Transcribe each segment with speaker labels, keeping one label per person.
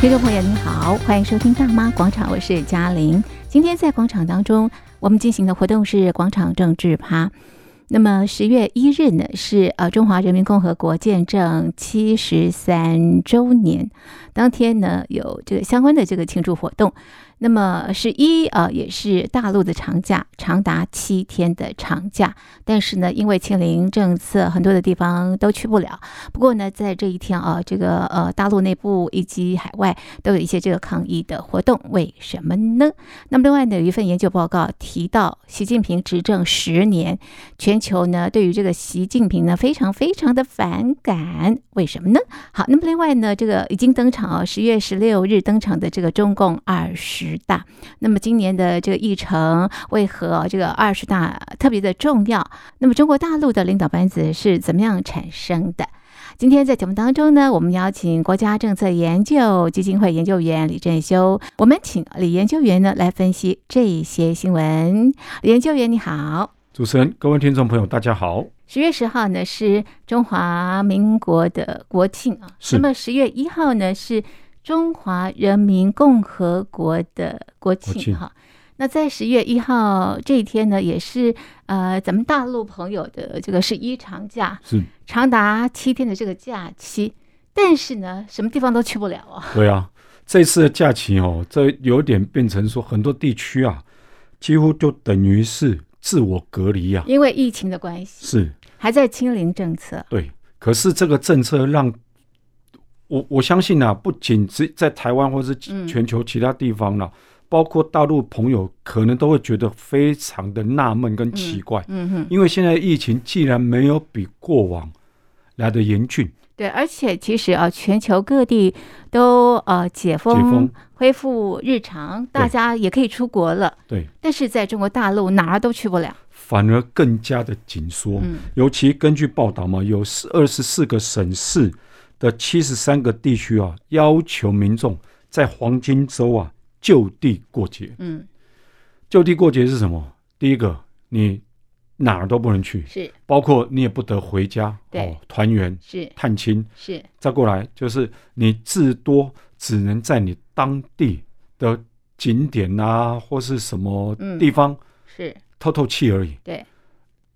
Speaker 1: 听众朋友，你好，欢迎收听《大妈广场》，我是嘉玲。今天在广场当中，我们进行的活动是广场政治趴。那么十月一日呢，是呃中华人民共和国建政七十三周年，当天呢有这个相关的这个庆祝活动。那么十一呃也是大陆的长假，长达七天的长假，但是呢，因为清零政策，很多的地方都去不了。不过呢，在这一天啊，这个呃大陆内部以及海外都有一些这个抗议的活动，为什么呢？那么另外呢，有一份研究报告提到，习近平执政十年，全球呢对于这个习近平呢非常非常的反感，为什么呢？好，那么另外呢，这个已经登场啊，十月十六日登场的这个中共二十大，那么今年的这个议程为何这个二十大特别的重要？那么中国大陆的领导班子是怎么样产生的？今天在节目当中呢，我们邀请国家政策研究基金会研究员李振修，我们请李研究员呢来分析这些新闻。李研究员你好，
Speaker 2: 主持人、各位听众朋友，大家好。
Speaker 1: 十月十号呢是中华民国的国庆啊，
Speaker 2: 是
Speaker 1: 那么十月一号呢是中华人民共和国的国
Speaker 2: 国
Speaker 1: 庆
Speaker 2: 庆
Speaker 1: 哈、那在十月一号这一天呢，也是呃咱们大陆朋友的这个十一长假，
Speaker 2: 是，
Speaker 1: 长达七天的这个假期，但是呢，什么地方都去不了 啊。
Speaker 2: 对啊，这次的假期哦，这有点变成说，很多地区啊，几乎就等于是自我隔离啊。
Speaker 1: 因为疫情的关系，
Speaker 2: 是
Speaker 1: 还在清零政策。
Speaker 2: 对，可是这个政策让我我相信啊，不仅只在台湾或是
Speaker 1: 嗯
Speaker 2: 全球其他地方啦、包括大陆朋友可能都会觉得非常的纳闷跟奇怪，
Speaker 1: 嗯哼，
Speaker 2: 因为现在疫情既然没有比过往来的严峻，
Speaker 1: 对，而且其实啊，全球各地都呃解封，
Speaker 2: 解封
Speaker 1: 恢复日常，大家也可以出国了。
Speaker 2: 对，
Speaker 1: 但是在中国大陆哪儿都去不了。
Speaker 2: 反而更加的紧缩。
Speaker 1: 嗯
Speaker 2: 尤其根据报道嘛，有二十四个省市的七十三个地区啊，要求民众在黄金周啊就地过节。
Speaker 1: 嗯，
Speaker 2: 就地过节是什么？第一个，你哪儿都不能去，
Speaker 1: 是
Speaker 2: 包括你也不得回家
Speaker 1: 对
Speaker 2: 哦，团圆
Speaker 1: 是
Speaker 2: 探亲。
Speaker 1: 是，
Speaker 2: 再过来就是你至多只能在你当地的景点啊，或是什么
Speaker 1: 嗯
Speaker 2: 地方
Speaker 1: 是
Speaker 2: 透透气而已。
Speaker 1: 对，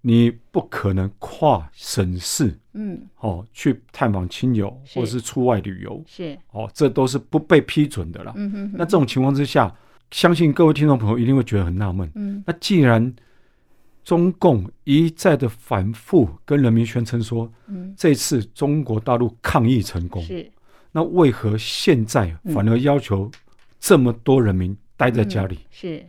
Speaker 2: 你不可能跨省市
Speaker 1: 嗯
Speaker 2: 哦，去探访亲友
Speaker 1: 是
Speaker 2: 或是出外旅游
Speaker 1: 是，
Speaker 2: 哦，这都是不被批准的啦。
Speaker 1: 嗯哼哼
Speaker 2: 那这种情况之下，相信各位听众朋友一定会觉得很纳闷。
Speaker 1: 嗯
Speaker 2: 那既然中共一再的反复跟人民宣称说，
Speaker 1: 嗯
Speaker 2: 这次中国大陆抗疫成功，
Speaker 1: 是嗯
Speaker 2: 那为何现在反而要求这么多人民待在家里，
Speaker 1: 是。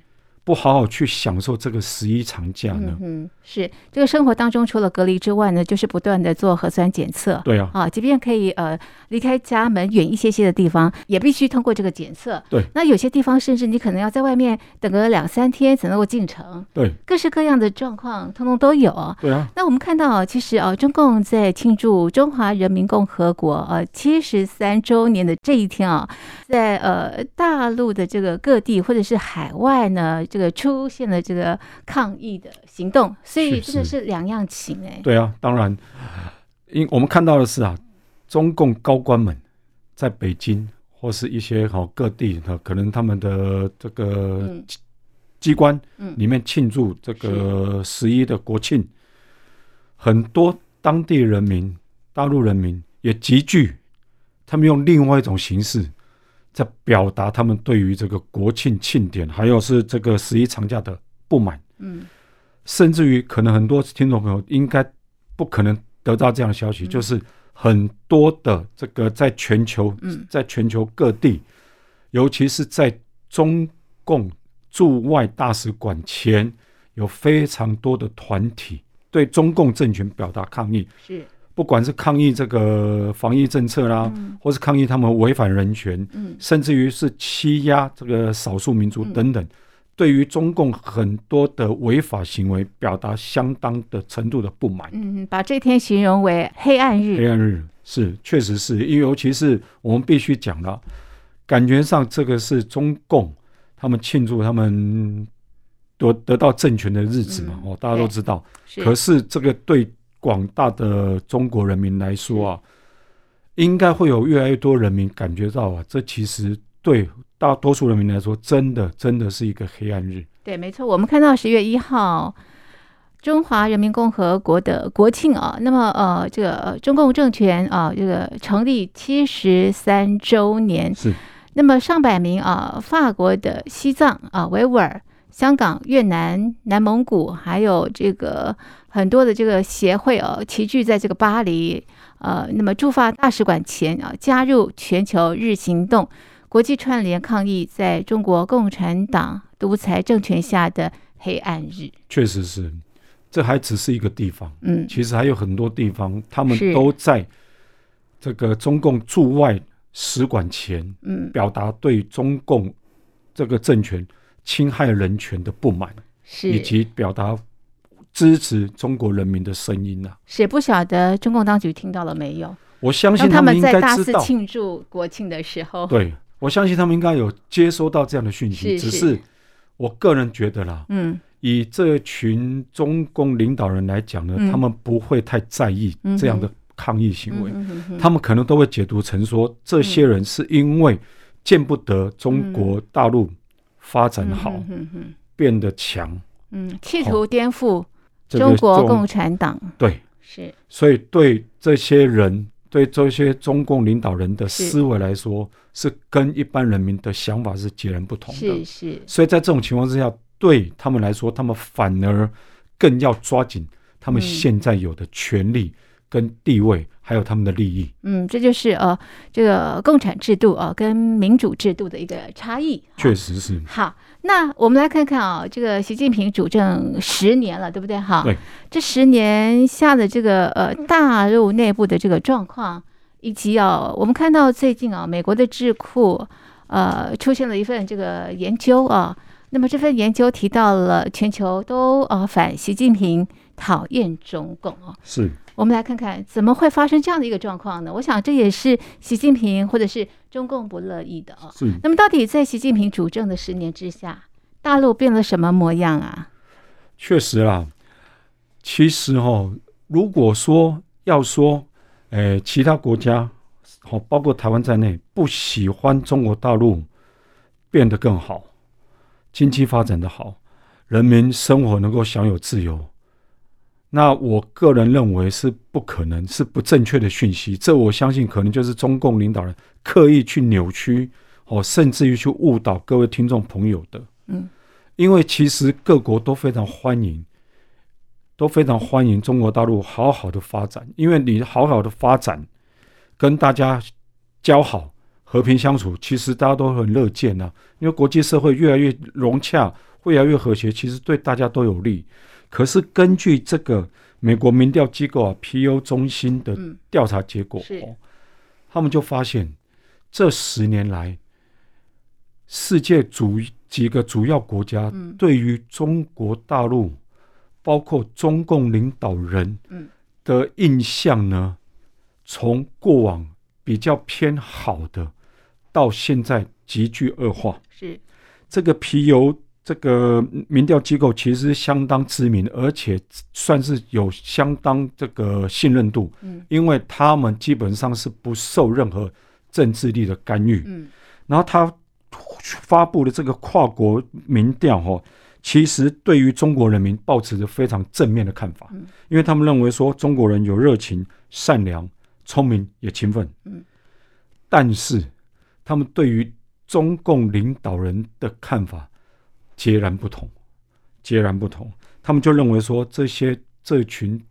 Speaker 2: 不好好去享受这个十一长假呢
Speaker 1: 嗯？哼，是这个生活当中除了隔离之外呢，就是不断的做核酸检测。
Speaker 2: 对啊，
Speaker 1: 啊，即便可以呃离开家门远一些些的地方，也必须通过这个检测。
Speaker 2: 对，
Speaker 1: 那有些地方甚至你可能要在外面等个两三天才能够进城，
Speaker 2: 对，
Speaker 1: 各式各样的状况通通都有。
Speaker 2: 对啊，
Speaker 1: 那我们看到，其实啊，中共在庆祝中华人民共和国呃七十三周年的这一天啊，在呃大陆的这个各地或者是海外呢，这个出现了这个抗议的行动，所以
Speaker 2: 是
Speaker 1: 真的
Speaker 2: 是
Speaker 1: 是两样情哎、
Speaker 2: 对啊，当然，因我们看到的是啊，中共高官们在北京或是一些好、各地哈、可能他们的这个
Speaker 1: 嗯
Speaker 2: 机机关
Speaker 1: 嗯
Speaker 2: 里面庆祝这个十一的国庆，很多当地人民、大陆人民也集聚，他们用另外一种形式。在表达他们对于这个国庆庆典，还有是这个十一长假的不满，
Speaker 1: 嗯
Speaker 2: 甚至于可能很多听众朋友应该不可能得到这样的消息，
Speaker 1: 嗯
Speaker 2: 就是很多的这个在全球，
Speaker 1: 嗯
Speaker 2: 在全球各地，尤其是在中共驻外大使馆前，有非常多的团体对中共政权表达抗议，
Speaker 1: 是
Speaker 2: 不管是抗议这个防疫政策啦，
Speaker 1: 嗯
Speaker 2: 或是抗议他们违反人权，
Speaker 1: 嗯
Speaker 2: 甚至于是欺压这个少数民族等等，对于中共很多的违法行为表达相当的程度的不满。
Speaker 1: 嗯，把这天形容为黑暗
Speaker 2: 黑
Speaker 1: 日，
Speaker 2: 暗日是，确实是，因为尤其是我们必须讲了，感觉上这个是中共他们庆祝他们得得到政权的日子嘛，
Speaker 1: 嗯
Speaker 2: 哦，大家
Speaker 1: 对
Speaker 2: 都知道。
Speaker 1: 是
Speaker 2: 可是这个对广大的中国人民来说啊，应该会有越来越多人民感觉到啊，这其实对大多数人民来说，真的真的是一个黑暗日。
Speaker 1: 对，没错，我们看到十月一号。中华人民共和国的国庆啊，那么呃，这个呃中共政权啊，这个成立七十三周年，
Speaker 2: 是
Speaker 1: 那么上百名啊，法国的西藏啊、维吾尔、香港、越南、南蒙古，还有这个很多的这个协会哦、齐聚在这个巴黎，呃，那么驻法大使馆前啊，加入全球日行动，国际串联抗议在中国共产党独裁政权下的黑暗日。
Speaker 2: 确实是，这还只是一个地方，
Speaker 1: 嗯，
Speaker 2: 其实还有很多地方，他们
Speaker 1: 是
Speaker 2: 都在这个中共驻外使馆前
Speaker 1: 嗯，
Speaker 2: 表达对中共这个政权侵害人权的不满，
Speaker 1: 是。
Speaker 2: 以及表达支持中国人民的声音啊。
Speaker 1: 是不晓得中共当局听到了没有？
Speaker 2: 我相
Speaker 1: 当
Speaker 2: 信
Speaker 1: 他
Speaker 2: 们应
Speaker 1: 在
Speaker 2: 该
Speaker 1: 大
Speaker 2: 知
Speaker 1: 肆
Speaker 2: 道，
Speaker 1: 庆祝国庆的时候，
Speaker 2: 对我相信他们应该有接收到这样的讯息，
Speaker 1: 是
Speaker 2: 只
Speaker 1: 是
Speaker 2: 是我个人觉得啦，
Speaker 1: 嗯
Speaker 2: 以这群中共领导人来讲呢，
Speaker 1: 嗯
Speaker 2: 他们不会太在意
Speaker 1: 嗯哼
Speaker 2: 这样的抗议行为，
Speaker 1: 嗯哼哼
Speaker 2: 他们可能都会解读成说，这些人是因为见不得中国大陆发展好、
Speaker 1: 嗯哼哼
Speaker 2: 变得强，
Speaker 1: 嗯，企图颠覆
Speaker 2: 这个
Speaker 1: 中国
Speaker 2: 中
Speaker 1: 共产党，
Speaker 2: 对，
Speaker 1: 是
Speaker 2: 所以对这些人。对这些中共领导人的
Speaker 1: 是
Speaker 2: 思维来说，是跟一般人民的想法是截然不同的。
Speaker 1: 是是，
Speaker 2: 所以在这种情况之下，对他们来说，他们反而更要抓紧他们
Speaker 1: 嗯
Speaker 2: 现在有的权利跟地位，还有他们的利益。
Speaker 1: 嗯，这就是呃这个共产制度啊、呃跟民主制度的一个差异。
Speaker 2: 确实是，
Speaker 1: 好，那我们来看看啊、这个习近平主政十年了，对不对？哈，
Speaker 2: 对，
Speaker 1: 这十年下的这个呃大陆内部的这个状况，以及啊、我们看到最近啊，美国的智库呃出现了一份这个研究啊，那么这份研究提到了全球都呃反习近平，讨厌中共啊。
Speaker 2: 是
Speaker 1: 我们来看看怎么会发生这样的一个状况呢？我想这也是习近平或者是中共不乐意的啊。
Speaker 2: 是。
Speaker 1: 那么，到底在习近平主政的十年之下，大陆变了什么模样啊？
Speaker 2: 确实啦，其实哦，如果说要说，诶、其他国家，好、包括台湾在内，不喜欢中国大陆变得更好，经济发展的好，人民生活能够享有自由，那我个人认为是不可能，是不正确的讯息。这我相信可能就是中共领导人刻意去扭曲，哦，甚至于去误导各位听众朋友的。
Speaker 1: 嗯，
Speaker 2: 因为其实各国都非常欢迎，都非常欢迎中国大陆好好的发展，因为你好好的发展，跟大家交好、和平相处，其实大家都很乐见呐、因为国际社会越来越融洽，越来越和谐，其实对大家都有利。可是根据这个美国民调机构啊 PU 中心的
Speaker 1: 嗯
Speaker 2: 调查结果，
Speaker 1: 是
Speaker 2: 哦他们就发现这十年来，世界主几个主要国家
Speaker 1: 嗯
Speaker 2: 对于中国大陆，包括中共领导人
Speaker 1: 嗯
Speaker 2: 的印象呢，从过往比较偏好的，到现在急剧恶化。
Speaker 1: 是
Speaker 2: 这个皮尤这个民调机构其实相当知名，而且算是有相当这个信任度，
Speaker 1: 嗯
Speaker 2: 因为他们基本上是不受任何政治力的干预。
Speaker 1: 嗯
Speaker 2: 然后他发布的这个跨国民调哈、哦，其实对于中国人民抱持着非常正面的看法，
Speaker 1: 嗯
Speaker 2: 因为他们认为说中国人有热情、善良、聪明也勤奋，
Speaker 1: 嗯
Speaker 2: 但是他们对于中共领导人的看法截然不同，截然不同。他们就认为说这些这群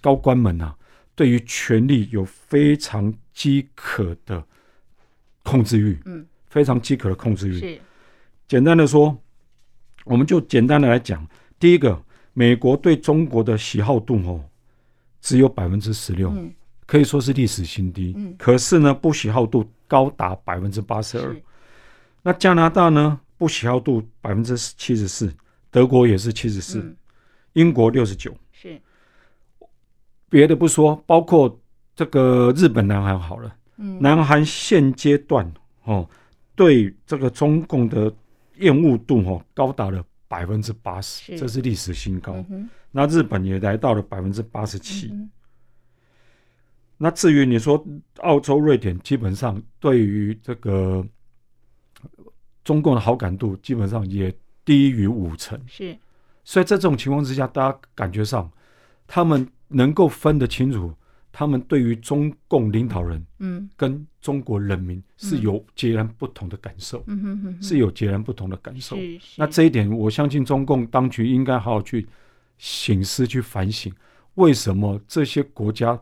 Speaker 2: 高官们啊，对于权力有非常饥渴的控制欲，
Speaker 1: 嗯，
Speaker 2: 非常饥渴的控制欲。
Speaker 1: 是
Speaker 2: 简单的说，我们就简单的来讲，第一个，美国对中国的喜好度哦，只有百分之十六，
Speaker 1: 嗯
Speaker 2: 可以说是历史新低。
Speaker 1: 嗯
Speaker 2: 可是呢，不喜好度高达百分之八十二
Speaker 1: 是。
Speaker 2: 那加拿大呢，不喜好度百分之七十四，德国也是七十四，
Speaker 1: 嗯
Speaker 2: 英国六十九。
Speaker 1: 是
Speaker 2: 别的不说，包括这个日本、南韩好了。
Speaker 1: 嗯
Speaker 2: 南韩现阶段哦，对这个中共的厌恶度哦，高达了百分之八
Speaker 1: 是
Speaker 2: 十，这是历史新高
Speaker 1: 嗯。哼
Speaker 2: 那日本也来到了百分之八十七。
Speaker 1: 嗯
Speaker 2: 那至于你说澳洲、瑞典，基本上对于这个中共的好感度，基本上也低于五成。
Speaker 1: 是
Speaker 2: 所以在这种情况之下，大家感觉上，他们能够分得清楚，他们对于中共领导人
Speaker 1: 嗯
Speaker 2: 跟中国人民是有截然不同的感受，
Speaker 1: 嗯哼哼哼，
Speaker 2: 是有截然不同的感受。
Speaker 1: 是是
Speaker 2: 那这一点，我相信中共当局应该好好去醒思、去反省，为什么这些国家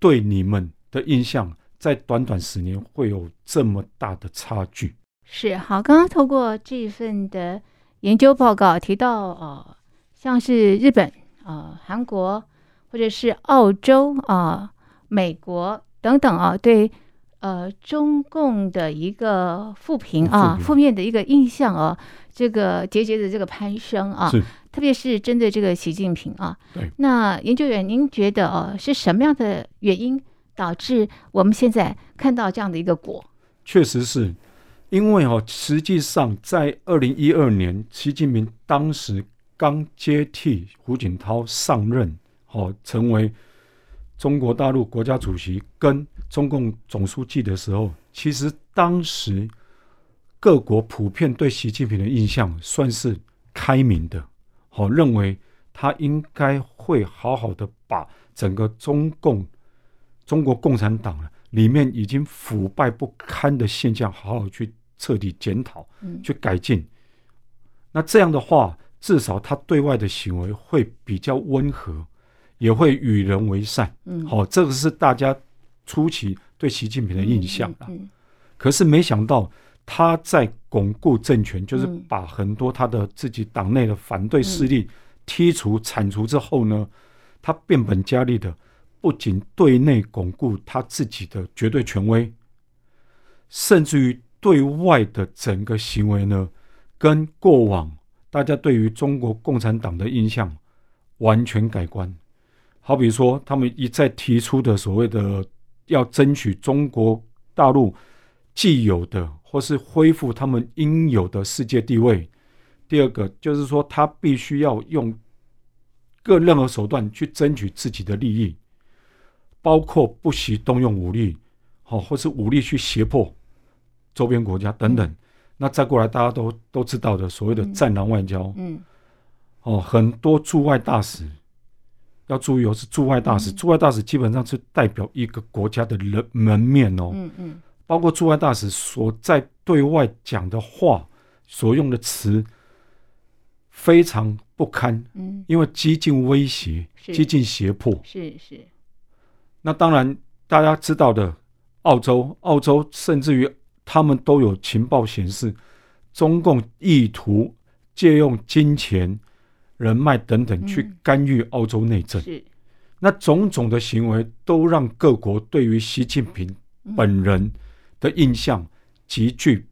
Speaker 2: 对你们的印象在短短十年会有这么大的差距？
Speaker 1: 是好，刚刚透过这一份的研究报告提到，呃，像是日本、呃、韩国或者是澳洲啊、呃、美国等等啊，对呃中共的一个负评啊、
Speaker 2: 负评
Speaker 1: 负面的一个印象啊，这个节节的这个攀升啊，
Speaker 2: 是
Speaker 1: 特别是针对这个习近平啊
Speaker 2: 对。
Speaker 1: 那研究员，您觉得呃是什么样的原因导致我们现在看到这样的一个果？
Speaker 2: 确实是因为哦，实际上在二零一二年，习近平当时刚接替胡锦涛上任，哦，成为中国大陆国家主席跟中共总书记的时候，其实当时各国普遍对习近平的印象算是开明的，哦，认为他应该会好好的把整个中共中国共产党呢里面已经腐败不堪的现象，好好去彻底检讨、
Speaker 1: 嗯，
Speaker 2: 去改进。那这样的话，至少他对外的行为会比较温和，也会与人为善。
Speaker 1: 嗯
Speaker 2: 好、这个是大家初期对习近平的印象啊啦。
Speaker 1: 嗯嗯嗯
Speaker 2: 可是没想到他在巩固政权，就是
Speaker 1: 嗯
Speaker 2: 把很多他的自己党内的反对势力剔除、铲除之后呢，他变本加厉的，不仅对内巩固他自己的绝对权威，甚至于对外的整个行为呢，跟过往大家对于中国共产党的印象完全改观。好比说，他们一再提出的所谓的要争取中国大陆既有的，或是恢复他们应有的世界地位。第二个就是说，他必须要用各任何手段去争取自己的利益，包括不惜动用武力，好、或是武力去胁迫周边国家等等。那再过来，大家都都知道的所谓的
Speaker 1: 嗯
Speaker 2: 战狼外交，
Speaker 1: 嗯
Speaker 2: 哦，很多驻外大使要注意哦，是驻外大使。
Speaker 1: 嗯
Speaker 2: 驻外大使基本上是代表一个国家的人门面哦，
Speaker 1: 嗯嗯
Speaker 2: 包括驻外大使所在对外讲的话，所用的词非常不堪，
Speaker 1: 嗯，
Speaker 2: 因为激进威胁、
Speaker 1: 是
Speaker 2: 激进胁迫。
Speaker 1: 是是，
Speaker 2: 那当然，大家知道的，澳洲、澳洲甚至于他们都有情报显示，中共意图借用金钱、人脉等等
Speaker 1: 嗯
Speaker 2: 去干预澳洲内政。
Speaker 1: 是
Speaker 2: 那种种的行为都让各国对于习近平
Speaker 1: 嗯
Speaker 2: 本人的印象急剧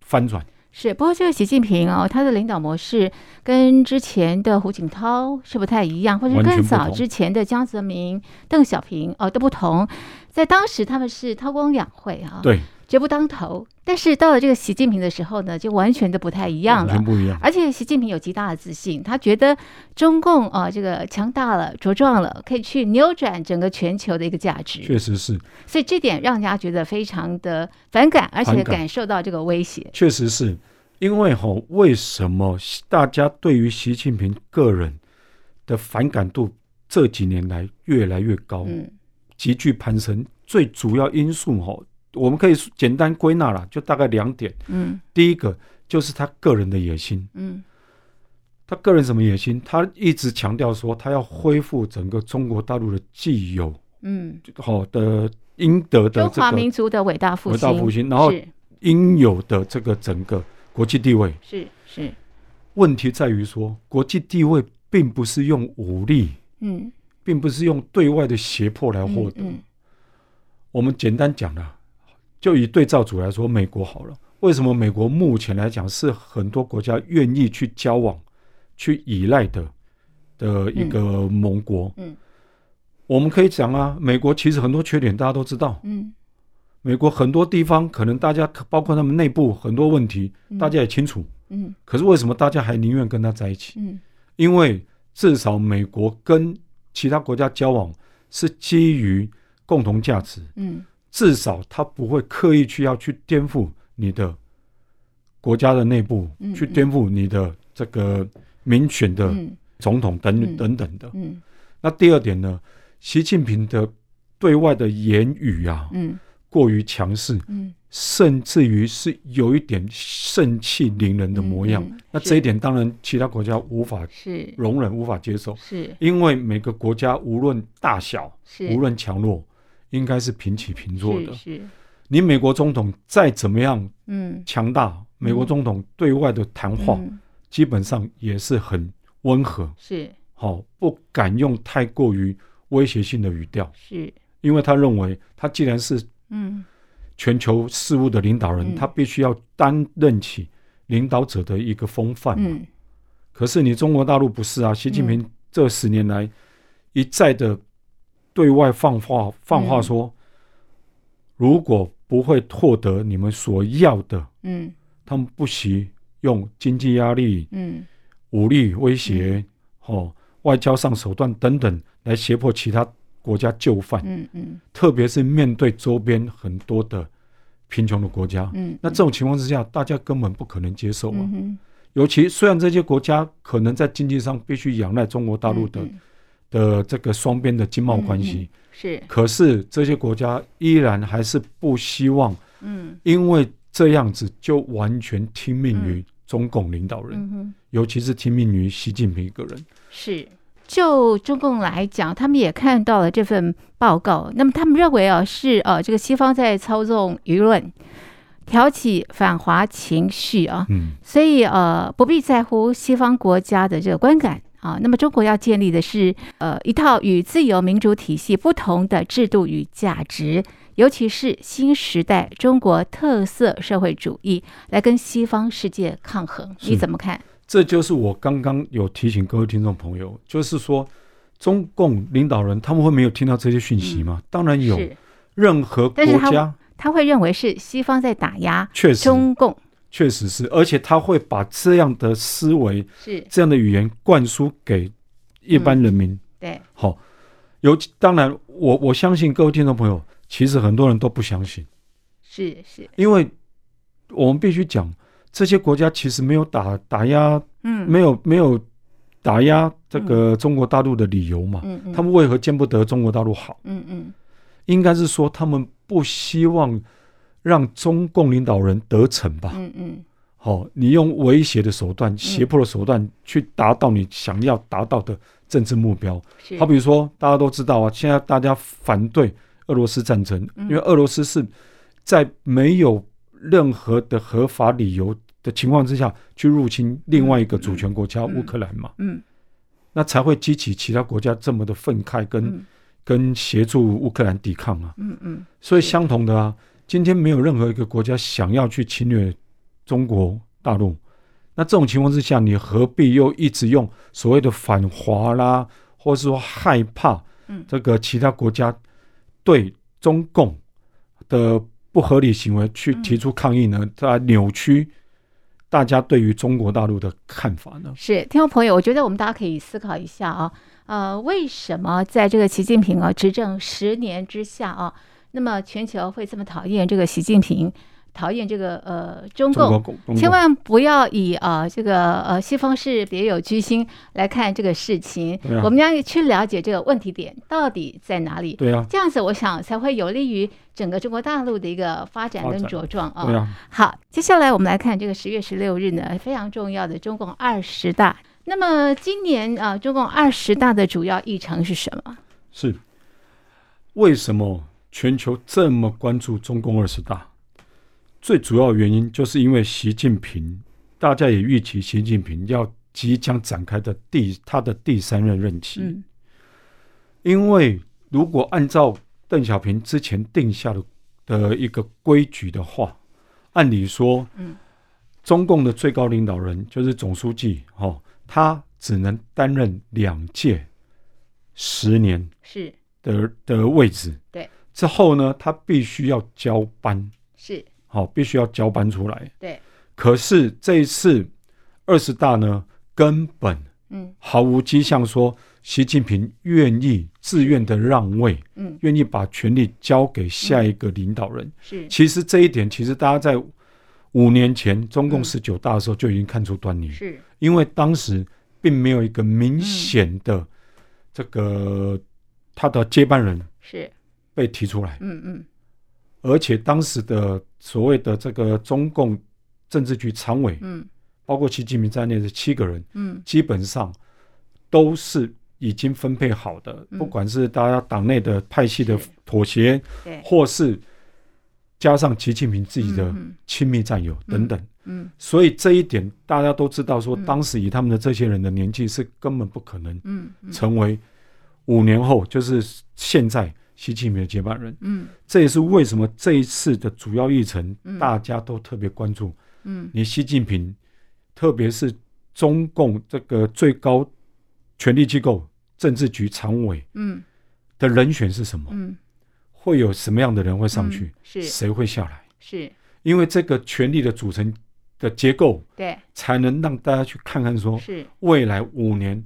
Speaker 2: 翻转。
Speaker 1: 是。不过这个习近平哦，他的领导模式跟之前的胡锦涛是不太一样，或者
Speaker 2: 完全
Speaker 1: 更
Speaker 2: 不
Speaker 1: 早
Speaker 2: 同
Speaker 1: 之前的江泽民、邓小平哦都不同。在当时他们是韬光养晦啊，
Speaker 2: 对，
Speaker 1: 绝不当头。但是到了这个习近平的时候呢，就完全的不太一样
Speaker 2: 完
Speaker 1: 了
Speaker 2: 全。不一样。
Speaker 1: 而且习近平有极大的自信，他觉得中共啊、这个强大了、茁壮了，可以去扭转整个全球的一个价值。
Speaker 2: 确实是，
Speaker 1: 所以这点让人家觉得非常的反感，而且
Speaker 2: 反感
Speaker 1: 感受到这个威胁。
Speaker 2: 确实是因为吼、为什么大家对于习近平个人的反感度这几年来越来越高，
Speaker 1: 嗯
Speaker 2: 急剧攀升？最主要因素吼、我们可以简单归纳了，就大概两点。
Speaker 1: 嗯
Speaker 2: 第一个就是他个人的野心，
Speaker 1: 嗯
Speaker 2: 他个人什么野心？他一直强调说，他要恢复整个中国大陆的既有
Speaker 1: 嗯，
Speaker 2: 好的应得的
Speaker 1: 中
Speaker 2: 这
Speaker 1: 华
Speaker 2: 个
Speaker 1: 民族的伟大复
Speaker 2: 伟
Speaker 1: 兴，
Speaker 2: 大复兴，然后
Speaker 1: 是
Speaker 2: 应有的这个整个国际地位。
Speaker 1: 是是，
Speaker 2: 问题在于说，国际地位并不是用武力，
Speaker 1: 嗯，
Speaker 2: 并不是用对外的胁迫来获得。
Speaker 1: 嗯嗯
Speaker 2: 我们简单讲啦，就以对照组来说，美国好了。为什么美国目前来讲是很多国家愿意去交往、去依赖的的
Speaker 1: 嗯
Speaker 2: 一个盟国？
Speaker 1: 嗯嗯
Speaker 2: 我们可以讲啊，美国其实很多缺点大家都知道，
Speaker 1: 嗯
Speaker 2: 美国很多地方可能大家包括他们内部很多问题
Speaker 1: 嗯，
Speaker 2: 大家也清楚。
Speaker 1: 嗯
Speaker 2: 可是为什么大家还宁愿跟他在一起？
Speaker 1: 嗯
Speaker 2: 因为至少美国跟其他国家交往是基于共同价值，
Speaker 1: 嗯
Speaker 2: 至少他不会刻意去要去颠覆你的国家的内部，
Speaker 1: 嗯
Speaker 2: 去颠覆你的这个民选的
Speaker 1: 嗯
Speaker 2: 总统等、
Speaker 1: 嗯
Speaker 2: 等等的。
Speaker 1: 嗯
Speaker 2: 那第二点呢，习近平的对外的言语啊，
Speaker 1: 嗯
Speaker 2: 过于强势，
Speaker 1: 嗯
Speaker 2: 甚至于是有一点盛气凌人的模样。
Speaker 1: 嗯嗯
Speaker 2: 那
Speaker 1: 是
Speaker 2: 这一点当然其他国家无法
Speaker 1: 是
Speaker 2: 容忍、无法接受，
Speaker 1: 是
Speaker 2: 因为每个国家无论大小、
Speaker 1: 是
Speaker 2: 无论强弱，应该是平起平坐的
Speaker 1: 是。是
Speaker 2: 你美国总统再怎么样
Speaker 1: 嗯
Speaker 2: 强大，美国总统对外的谈话、
Speaker 1: 嗯
Speaker 2: 基本上也是很温和，
Speaker 1: 是
Speaker 2: 好、不敢用太过于威胁性的语调，
Speaker 1: 是
Speaker 2: 因为他认为他既然是
Speaker 1: 嗯
Speaker 2: 全球事务的领导人，
Speaker 1: 嗯
Speaker 2: 他必须要担任起领导者的一个风范嘛。
Speaker 1: 嗯
Speaker 2: 可是你中国大陆不是啊，习近平这十年来一再的对外放话放话说，如果不会获得你们所要的，
Speaker 1: 嗯
Speaker 2: 他们不惜用经济压力、
Speaker 1: 嗯
Speaker 2: 武力威胁、哦外交上手段等等来胁迫其他国家就范，
Speaker 1: 嗯嗯
Speaker 2: 特别是面对周边很多的贫穷的国家。
Speaker 1: 嗯
Speaker 2: 那这种情况之下，大家根本不可能接受啊！
Speaker 1: 嗯哼
Speaker 2: 尤其虽然这些国家可能在经济上必须仰赖中国大陆的、
Speaker 1: 嗯嗯嗯
Speaker 2: 的这个双边的经贸关系，
Speaker 1: 是
Speaker 2: 可是这些国家依然还是不希望
Speaker 1: 嗯
Speaker 2: 因为这样子就完全听命于中共领导人，
Speaker 1: 嗯哼。
Speaker 2: 尤其是听命于习近平一个人。
Speaker 1: 是，就中共来讲，他们也看到了这份报告，那么他们认为啊，是呃、这个西方在操纵舆论，挑起反华情绪啊，
Speaker 2: 嗯，
Speaker 1: 所以呃不必在乎西方国家的这个观感。啊，那么中国要建立的是呃一套与自由民主体系不同的制度与价值，尤其是新时代中国特色社会主义来跟西方世界抗衡，你
Speaker 2: 是
Speaker 1: 怎么看？
Speaker 2: 这就是我刚刚有提醒各位听众朋友，就是说中共领导人他们会没有听到这些讯息吗？当然
Speaker 1: 嗯
Speaker 2: 有，
Speaker 1: 是，
Speaker 2: 任何国
Speaker 1: 但是他
Speaker 2: 家
Speaker 1: 他会认为是西方在打压，
Speaker 2: 确实
Speaker 1: 中共
Speaker 2: 确实是，而且他会把这样的思维、
Speaker 1: 是
Speaker 2: 这样的语言灌输给一般人民。
Speaker 1: 对，
Speaker 2: 好、尤其当然，我我相信各位听众朋友，其实很多人都不相信，
Speaker 1: 是是，
Speaker 2: 因为我们必须讲，这些国家其实没有打打压，
Speaker 1: 嗯，
Speaker 2: 没有没有打压这个中国大陆的理由嘛。
Speaker 1: 嗯嗯，
Speaker 2: 他们为何见不得中国大陆好？
Speaker 1: 嗯嗯
Speaker 2: 应该是说他们不希望让中共领导人得逞吧。
Speaker 1: 嗯嗯
Speaker 2: 好、你用威胁的手段、胁迫的手段去达到你想要达到的政治目标。
Speaker 1: 是，
Speaker 2: 好比说，大家都知道啊，现在大家反对俄罗斯战争，
Speaker 1: 嗯
Speaker 2: 因为俄罗斯是在没有任何的合法理由的情况之下去入侵另外一个主权国家
Speaker 1: 嗯嗯
Speaker 2: 乌克兰嘛，
Speaker 1: 嗯
Speaker 2: 那才会激起其他国家这么的愤慨跟、
Speaker 1: 嗯
Speaker 2: 跟协助乌克兰抵抗啊。
Speaker 1: 嗯嗯
Speaker 2: 所以
Speaker 1: 是
Speaker 2: 相同的啊，今天没有任何一个国家想要去侵略中国大陆，那这种情况之下，你何必又一直用所谓的反华啦，或是说害怕
Speaker 1: 嗯
Speaker 2: 这个其他国家对中共的不合理行为去提出抗议
Speaker 1: 嗯
Speaker 2: 呢？它扭曲大家对于中国大陆的看法呢？
Speaker 1: 是，听众朋友，我觉得我们大家可以思考一下啊，呃，为什么在这个习近平啊执政十年之下啊，那么全球会这么讨厌这个习近平，讨厌这个呃中
Speaker 2: 中
Speaker 1: 共
Speaker 2: 国？中共
Speaker 1: 千万不要以啊、呃这个呃西方是别有居心来看这个事情，
Speaker 2: 对啊
Speaker 1: 我们要去了解这个问题点到底在哪里。
Speaker 2: 对啊，
Speaker 1: 这样子，我想才会有利于整个中国大陆的一个发展跟
Speaker 2: 发展
Speaker 1: 茁壮啊。
Speaker 2: 对啊，
Speaker 1: 好，接下来我们来看这个十月十六日呢，非常重要的中共二十大。那么今年啊、中共二十大的主要议程是什么？
Speaker 2: 是为什么全球这么关注中共二十大？最主要原因就是因为习近平，大家也预期习近平要即将展开的第他的第三任任期。
Speaker 1: 嗯
Speaker 2: 因为如果按照邓小平之前定下的的一个规矩的话，按理说，
Speaker 1: 嗯
Speaker 2: 中共的最高领导人就是总书记，哦，他只能担任两届十年
Speaker 1: 是
Speaker 2: 的的位置。
Speaker 1: 对，
Speaker 2: 之后呢，他必须要交班，
Speaker 1: 是，
Speaker 2: 好、必须要交班出来。
Speaker 1: 对，
Speaker 2: 可是这一次二十大呢，根本
Speaker 1: 嗯
Speaker 2: 毫无迹象说习近平愿意自愿的让位，
Speaker 1: 嗯，
Speaker 2: 愿意把权力交给下一个领导人。
Speaker 1: 是
Speaker 2: 其实这一点，其实大家在五年前中共
Speaker 1: 嗯
Speaker 2: 十九大的时候就已经看出端倪，
Speaker 1: 是，
Speaker 2: 因为当时并没有一个
Speaker 1: 嗯
Speaker 2: 明显的这个他的接班人
Speaker 1: 是，
Speaker 2: 被提出来，
Speaker 1: 嗯嗯，
Speaker 2: 而且当时的所谓的这个中共政治局常委，
Speaker 1: 嗯
Speaker 2: 包括习近平在内的七个人，
Speaker 1: 嗯
Speaker 2: 基本上都是已经分配好的，
Speaker 1: 嗯
Speaker 2: 不管是大家党内的派系的
Speaker 1: 是
Speaker 2: 妥协，
Speaker 1: 对，
Speaker 2: 或是加上习近平自己的
Speaker 1: 嗯
Speaker 2: 亲密战友等等。
Speaker 1: 嗯
Speaker 2: 所以这一点大家都知道，说
Speaker 1: 嗯
Speaker 2: 当时以他们的这些人的年纪是根本不可能
Speaker 1: 嗯嗯
Speaker 2: 成为五年后，就是现在习近平的接班人。
Speaker 1: 嗯
Speaker 2: 这也是为什么这一次的主要议程
Speaker 1: 嗯
Speaker 2: 大家都特别关注。
Speaker 1: 嗯
Speaker 2: 你习近平，特别是中共这个最高权力机构政治局常委
Speaker 1: 嗯
Speaker 2: 的人选是什么？
Speaker 1: 嗯，
Speaker 2: 会有什么样的人会上去？
Speaker 1: 是
Speaker 2: 谁会下来？
Speaker 1: 是，
Speaker 2: 因为这个权力的组成的结构，
Speaker 1: 对
Speaker 2: 才能让大家去看看说
Speaker 1: 是
Speaker 2: 未来五年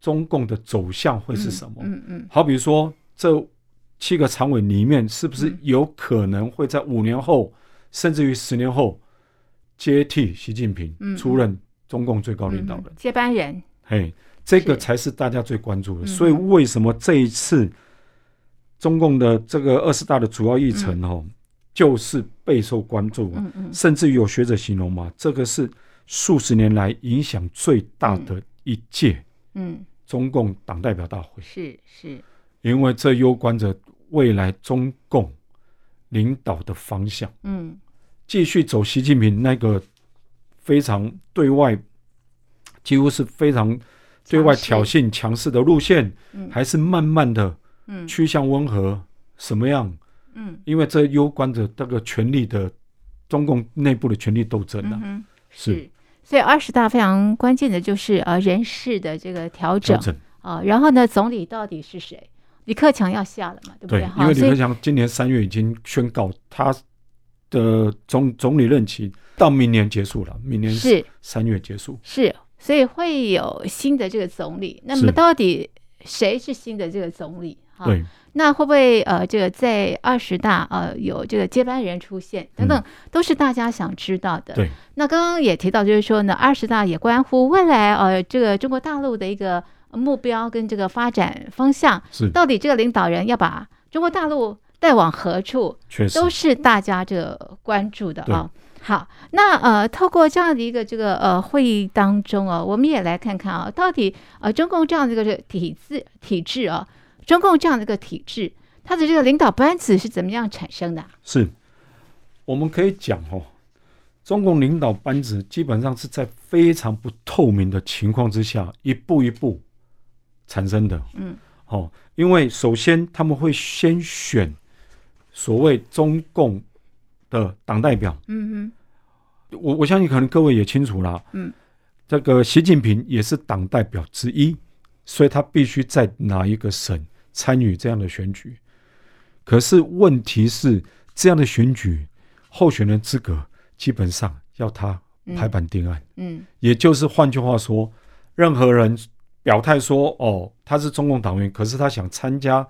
Speaker 2: 中共的走向会是什么。
Speaker 1: 嗯嗯
Speaker 2: 好比说，这七个常委里面，是不是
Speaker 1: 嗯
Speaker 2: 有可能会在五年后，甚至于十年后接替习近平
Speaker 1: 嗯
Speaker 2: 出任中共最高领导人？
Speaker 1: 接班人，
Speaker 2: 嘿，这个
Speaker 1: 是
Speaker 2: 才是大家最关注
Speaker 1: 嗯
Speaker 2: 的。所以为什么这一次中共的这个二十大的主要议程哦，就是备受关注啊，
Speaker 1: 嗯嗯
Speaker 2: 甚至于有学者形容嘛，这个是数十年来影响最大的一届
Speaker 1: 嗯
Speaker 2: 中共党代表大会，
Speaker 1: 是是，
Speaker 2: 因为这攸关着未来中共领导的方向，
Speaker 1: 嗯
Speaker 2: 继续走习近平那个非常对外，几乎是非常对外挑
Speaker 1: 强势
Speaker 2: 衅强势的路线，
Speaker 1: 嗯
Speaker 2: 还是慢慢的
Speaker 1: 嗯
Speaker 2: 趋向温和？什么样？
Speaker 1: 嗯
Speaker 2: 因为这攸关着这个权力的中共内部的权力斗争
Speaker 1: 嗯
Speaker 2: 啊，
Speaker 1: 哼
Speaker 2: 是
Speaker 1: 是。所以二十大非常关键的就是呃人事的这个调
Speaker 2: 调
Speaker 1: 整
Speaker 2: 整
Speaker 1: 啊，然后呢，总理到底是谁？李克强要下了嘛，对不
Speaker 2: 对，因
Speaker 1: 好，
Speaker 2: 为李
Speaker 1: 所
Speaker 2: 克
Speaker 1: 以
Speaker 2: 强今年三月已经宣告他的总总理任期到明年结束了，明年
Speaker 1: 是
Speaker 2: 三月结束。
Speaker 1: 是，所以会有新的这个总理。那
Speaker 2: 是
Speaker 1: 么到底谁是新的这个总理？哈，
Speaker 2: 对，
Speaker 1: 那会不会呃，这个在二十大呃有这个接班人出现等
Speaker 2: 嗯
Speaker 1: 等，都是大家想知道的。
Speaker 2: 对。
Speaker 1: 那刚刚也提到，就是说呢，二十大也关乎未来呃这个中国大陆的一个目标跟这个发展方向，
Speaker 2: 是
Speaker 1: 到底这个领导人要把中国大陆带往何处？
Speaker 2: 确实
Speaker 1: 都是大家这个关注的啊。好，那呃，透过这样的一个这个呃会议当中啊，我们也来看看啊，到底呃中共这样的一个体制体制啊，中共这样的一个体制，它的这个领导班子是怎么样产生的啊？
Speaker 2: 是。我们可以讲哦，中共领导班子基本上是在非常不透明的情况之下，一步一步产生的。
Speaker 1: 嗯，
Speaker 2: 哦，因为首先他们会先选所谓中共的党代表，
Speaker 1: 嗯
Speaker 2: 我我相信可能各位也清楚啦。
Speaker 1: 嗯，
Speaker 2: 这个习近平也是党代表之一，所以他必须在哪一个省参与这样的选举。可是问题是，这样的选举候选人资格基本上要他
Speaker 1: 哼，
Speaker 2: 拍板定案，
Speaker 1: 嗯，
Speaker 2: 也就是换句话说，任何人表态说哦他是中共党员，可是他想参加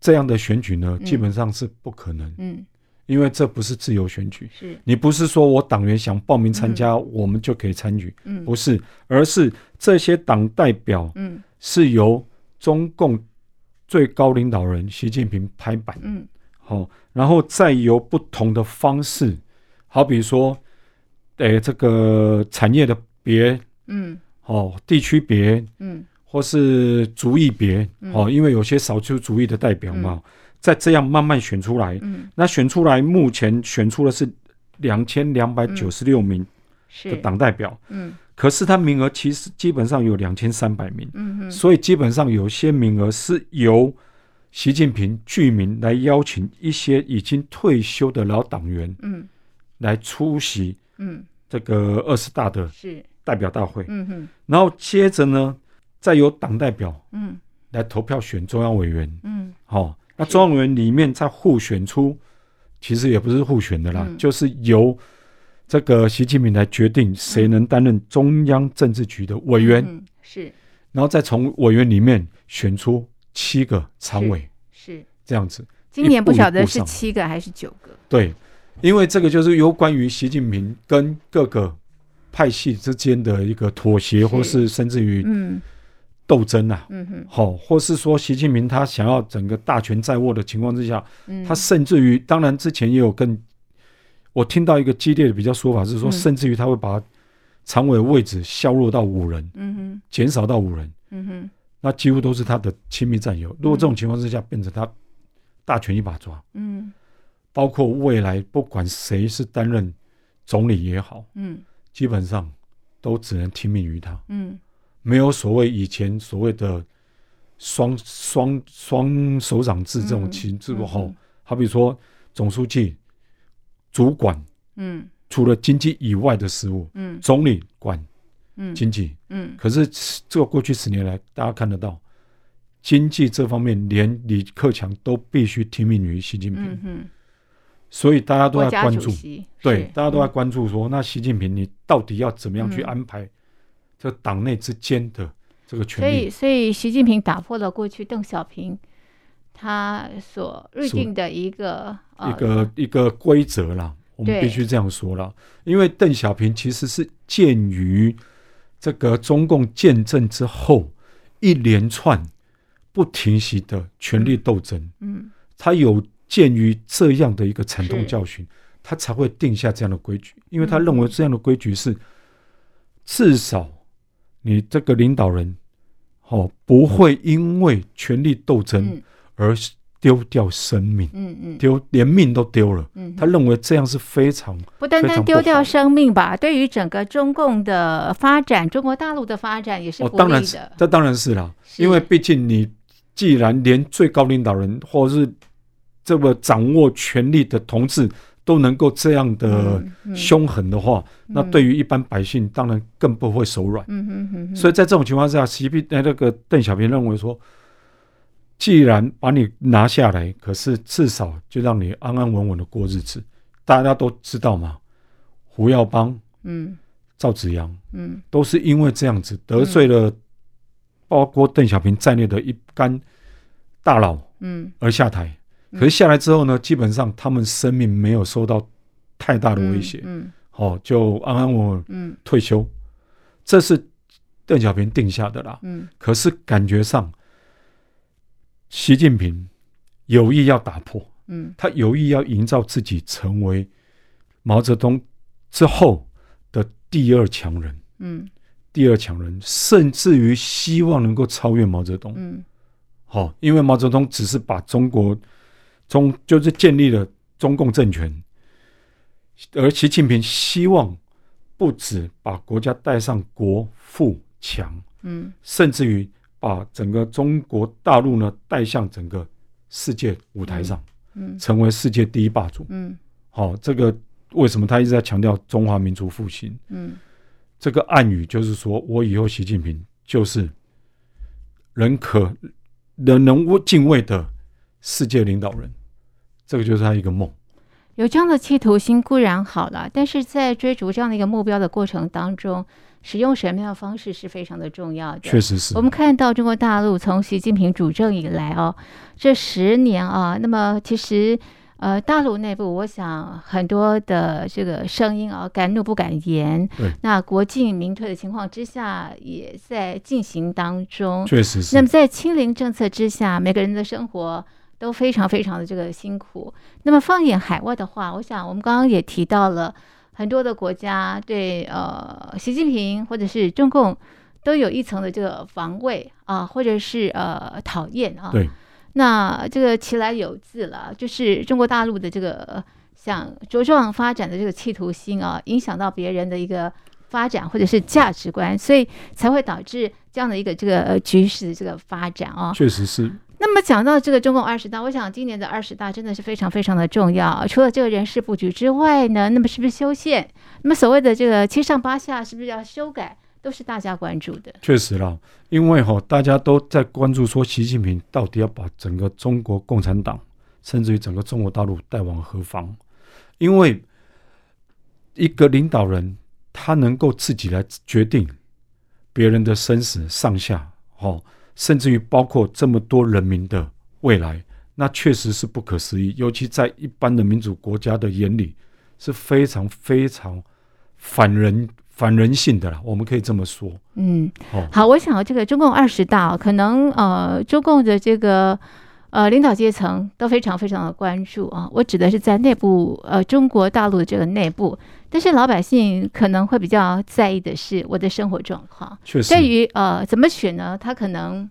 Speaker 2: 这样的选举呢，
Speaker 1: 嗯
Speaker 2: 基本上是不可能，
Speaker 1: 嗯嗯，
Speaker 2: 因为这不是自由选举。
Speaker 1: 是，
Speaker 2: 你不是说我党员想报名参加，我们就可以参与，
Speaker 1: 嗯
Speaker 2: 不是，而是这些党代表
Speaker 1: 嗯
Speaker 2: 是由中共最高领导人习近平拍板，
Speaker 1: 嗯
Speaker 2: 好、然后再由不同的方式，好比说，诶、这个产业的别，
Speaker 1: 嗯
Speaker 2: 哦，地区别，
Speaker 1: 嗯
Speaker 2: 或是族裔别，
Speaker 1: 嗯
Speaker 2: 哦，因为有些少数族裔的代表嘛，再这样慢慢选出来，
Speaker 1: 嗯，
Speaker 2: 那选出来，目前选出的是两千两百九十六名的
Speaker 1: 是，
Speaker 2: 党代表，
Speaker 1: 嗯
Speaker 2: 可是他名额其实基本上有两千三百名，
Speaker 1: 嗯哼，
Speaker 2: 所以基本上有些名额是由习近平居民来邀请一些已经退休的老党员
Speaker 1: 嗯
Speaker 2: 来出席
Speaker 1: 嗯
Speaker 2: 这个二十大的
Speaker 1: 是，
Speaker 2: 代表大会，
Speaker 1: 嗯哼，
Speaker 2: 然后接着呢，再由党代表
Speaker 1: 嗯
Speaker 2: 来投票选中央委员，
Speaker 1: 嗯
Speaker 2: 哦，那
Speaker 1: 是
Speaker 2: 中央委员里面再互选出，其实也不是互选的啦，
Speaker 1: 嗯
Speaker 2: 就是由这个习近平来决定谁能担任中央政治局的委员。
Speaker 1: 嗯是，
Speaker 2: 然后再从委员里面选出七个常委，
Speaker 1: 是
Speaker 2: 这样子。
Speaker 1: 今年不晓得
Speaker 2: 一
Speaker 1: 是
Speaker 2: 步一步上
Speaker 1: 七个还是九个，
Speaker 2: 对，因为这个就是有关于习近平跟各个派系之间的一个妥协，
Speaker 1: 是
Speaker 2: 或是甚至于
Speaker 1: 嗯
Speaker 2: 斗争啊。
Speaker 1: 嗯哼
Speaker 2: 好、或是说习近平他想要整个大权在握的情况之下，
Speaker 1: 嗯，
Speaker 2: 他甚至于，当然之前也有更，我听到一个激烈的比较说法是说，
Speaker 1: 嗯
Speaker 2: 甚至于他会把常委位置削弱到五人，
Speaker 1: 嗯哼
Speaker 2: 减少到五人，
Speaker 1: 嗯哼
Speaker 2: 那几乎都是他的亲密战友。如果这种情况之下，变成他大权一把抓，
Speaker 1: 嗯
Speaker 2: 包括未来不管谁是担任总理也好，
Speaker 1: 嗯
Speaker 2: 基本上都只能听命于他，
Speaker 1: 嗯
Speaker 2: 没有所谓以前所谓的双双双手掌制这种
Speaker 1: 嗯
Speaker 2: 情制
Speaker 1: 嗯
Speaker 2: 度后
Speaker 1: 嗯，
Speaker 2: 好比说总书记主管。
Speaker 1: 嗯
Speaker 2: 除了经济以外的事务，
Speaker 1: 嗯
Speaker 2: 总理管
Speaker 1: 嗯
Speaker 2: 经济。
Speaker 1: 嗯
Speaker 2: 可是这过去十年来，大家看得到，经济这方面连李克强都必须听命于习近平，
Speaker 1: 嗯哼，
Speaker 2: 所以大家都
Speaker 1: 国
Speaker 2: 在
Speaker 1: 家
Speaker 2: 关
Speaker 1: 主
Speaker 2: 注，
Speaker 1: 席
Speaker 2: 对
Speaker 1: 是，
Speaker 2: 大家都在关注说，那习近平你到底要怎么样去
Speaker 1: 嗯
Speaker 2: 安排这党内之间的这
Speaker 1: 所
Speaker 2: 个权
Speaker 1: 以，
Speaker 2: 利？
Speaker 1: 所以习近平打破了过去邓小平他所认定的一个呃
Speaker 2: 一个一个规则啦，我们
Speaker 1: 对
Speaker 2: 必须这样说啦，因为邓小平其实是鉴于这个中共建政之后一连串不停息的权力斗争，
Speaker 1: 嗯
Speaker 2: 他有鉴于这样的一个惨痛
Speaker 1: 是
Speaker 2: 教训，他才会定下这样的规矩，因为他
Speaker 1: 嗯
Speaker 2: 认为这样的规矩是至少你这个领导人哦不会因为权力斗争
Speaker 1: 嗯
Speaker 2: 而丢掉生命。
Speaker 1: 嗯嗯
Speaker 2: 丢连命都丢了。
Speaker 1: 嗯，
Speaker 2: 他认为这样是非常
Speaker 1: 不单
Speaker 2: 非
Speaker 1: 单
Speaker 2: 常不
Speaker 1: 丢掉
Speaker 2: 好
Speaker 1: 生命吧，对于整个中共的发展，中国大陆的发展也是
Speaker 2: 哦，
Speaker 1: 不
Speaker 2: 当然
Speaker 1: 利
Speaker 2: 是
Speaker 1: 的。
Speaker 2: 这当然是啦，
Speaker 1: 是
Speaker 2: 因为毕竟你既然连最高领导人或者是这个掌握权力的同志都能够这样的
Speaker 1: 嗯嗯
Speaker 2: 呃凶狠的话，那
Speaker 1: 嗯
Speaker 2: 对于一般百姓当然更不会手软。
Speaker 1: 嗯哼哼哼，
Speaker 2: 所以在这种情况下，习近呃那个邓小平认为说，既然把你拿下来，可是至少就让你安安稳稳的过日子。大家都知道嘛，胡耀邦、
Speaker 1: 嗯
Speaker 2: 赵紫阳
Speaker 1: 嗯
Speaker 2: 都是因为这样子得罪了，包括邓小平在内的一干大佬
Speaker 1: 嗯
Speaker 2: 而下台。
Speaker 1: 嗯
Speaker 2: 可是下来之后呢，基本上他们生命没有受到太大的威胁，
Speaker 1: 嗯
Speaker 2: 哦，就安安稳稳
Speaker 1: 嗯
Speaker 2: 退休，这是邓小平定下的啦。
Speaker 1: 嗯
Speaker 2: 可是感觉上，习近平有意要打破，
Speaker 1: 嗯
Speaker 2: 他有意要营造自己成为毛泽东之后的第二强人，
Speaker 1: 嗯
Speaker 2: 第二强人，甚至于希望能够超越毛泽东。
Speaker 1: 嗯
Speaker 2: 好、因为毛泽东只是把中国中就是建立了中共政权，而习近平希望不止把国家带上国富强，
Speaker 1: 嗯
Speaker 2: 甚至于把整个中国大陆呢带向整个世界舞台上，
Speaker 1: 嗯
Speaker 2: 成为世界第一霸主。
Speaker 1: 嗯
Speaker 2: 好、这个为什么他一直在强调中华民族复兴？
Speaker 1: 嗯
Speaker 2: 这个暗语就是说，我以后习近平就是人可人能敬畏的世界领导人，这个就是他一个梦。
Speaker 1: 有这样的企图心固然好了，但是在追逐这样的一个目标的过程当中，使用什么样的方式是非常的重要的。
Speaker 2: 确实是
Speaker 1: 我，们看到中国大陆从习近平主政以来哦，这十年啊，那么其实呃，大陆内部我想很多的这个声音啊，敢怒不敢言
Speaker 2: 对。
Speaker 1: 那国进民退的情况之下，也在进行当中。
Speaker 2: 确实是
Speaker 1: 那么。在清零政策之下，每个人的生活都非常非常的这个辛苦。那么放眼海外的话，我想我们刚刚也提到了很多的国家对呃习近平或者是中共都有一层的这个防卫啊，或者是呃讨厌啊。
Speaker 2: 对，
Speaker 1: 那这个其来有自了，啊就是中国大陆的这个想茁壮发展的这个企图心啊，影响到别人的一个发展或者是价值观，所以才会导致这样的一个这个呃局势的这个发展啊。
Speaker 2: 确实是。
Speaker 1: 那么讲到这个中共二十大，我想今年的二十大真的是非常非常的重要啊。除了这个人事布局之外呢，那么是不是修宪？那么所谓的这个七上八下是不是要修改，都是大家关注的。
Speaker 2: 确实啦，因为哈、大家都在关注说习近平到底要把整个中国共产党，甚至于整个中国大陆带往何方？因为一个领导人他能够自己来决定别人的生死上下，哦，甚至于包括这么多人民的未来，那确实是不可思议。尤其在一般的民主国家的眼里，是非常非常反人反人性的啦，我们可以这么说。
Speaker 1: 嗯，
Speaker 2: 哦，
Speaker 1: 好，我想这个中共二十大，可能呃，中共的这个呃领导阶层都非常非常的关注啊。我指的是在内部呃中国大陆这个内部，但是老百姓可能会比较在意的是我的生活状况。
Speaker 2: 确实
Speaker 1: 对，于呃怎么选呢，他可能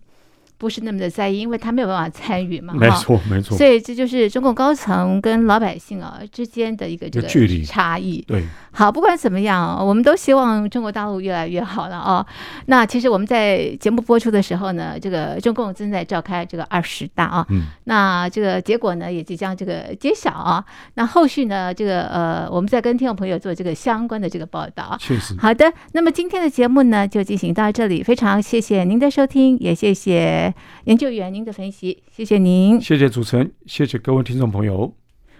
Speaker 1: 不是那么的在意，因为他没有办法参与嘛，
Speaker 2: 没
Speaker 1: 哈。
Speaker 2: 错，没错
Speaker 1: 所，以这就是中共高层跟老百姓啊之间的一个这
Speaker 2: 一个距离
Speaker 1: 个差异。
Speaker 2: 对，
Speaker 1: 好，不管怎么样，我们都希望中国大陆越来越好了哦。 那其实我们在节目播出的时候呢，这个中共正在召开这个二十大啊，
Speaker 2: 嗯，
Speaker 1: 那这个结果呢也即将这个揭晓啊。那后续呢，这个呃，我们再跟听众朋友做这个相关的这个报道啊。
Speaker 2: 确实。
Speaker 1: 好的，那么今天的节目呢就进行到这里，非常谢谢您的收听，也谢谢研究员您的分析，谢谢您。
Speaker 2: 谢谢主持人，谢谢各位听众朋友。